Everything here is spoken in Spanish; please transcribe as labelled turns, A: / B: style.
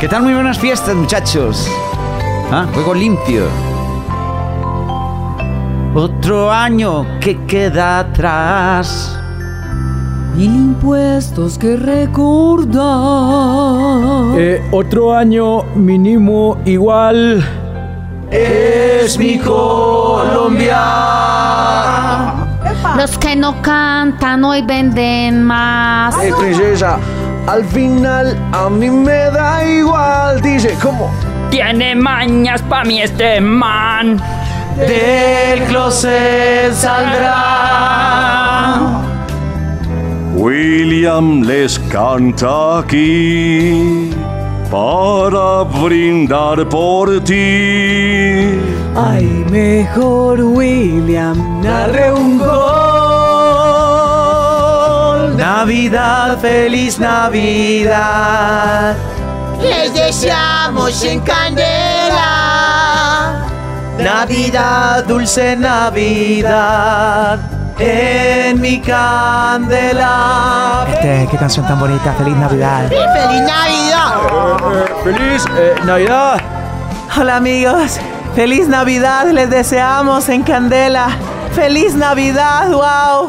A: ¿Qué tal? Muy buenas fiestas, muchachos. Ah, juego limpio. Otro año que queda atrás.
B: Mil impuestos que recordar.
C: Eh, otro año mínimo igual.
D: Es mi Colombia.
E: Los que no cantan hoy venden más.
D: Eh, princesa, al final a mí me da igual. Dice, ¿cómo?
F: Tiene mañas pa' mí este man.
D: Del closet saldrá.
G: William les canta aquí para brindar por ti.
B: Ay, mejor William, narre un gol.
D: Navidad, feliz Navidad.
H: Les deseamos en candela.
D: Navidad, dulce Navidad. En mi candela.
I: Este, qué canción tan bonita, feliz Navidad.
H: ¡Y feliz Navidad!
C: ¡Feliz eh, Navidad!
I: Hola amigos, feliz Navidad, les deseamos en Candela. ¡Feliz Navidad, wow!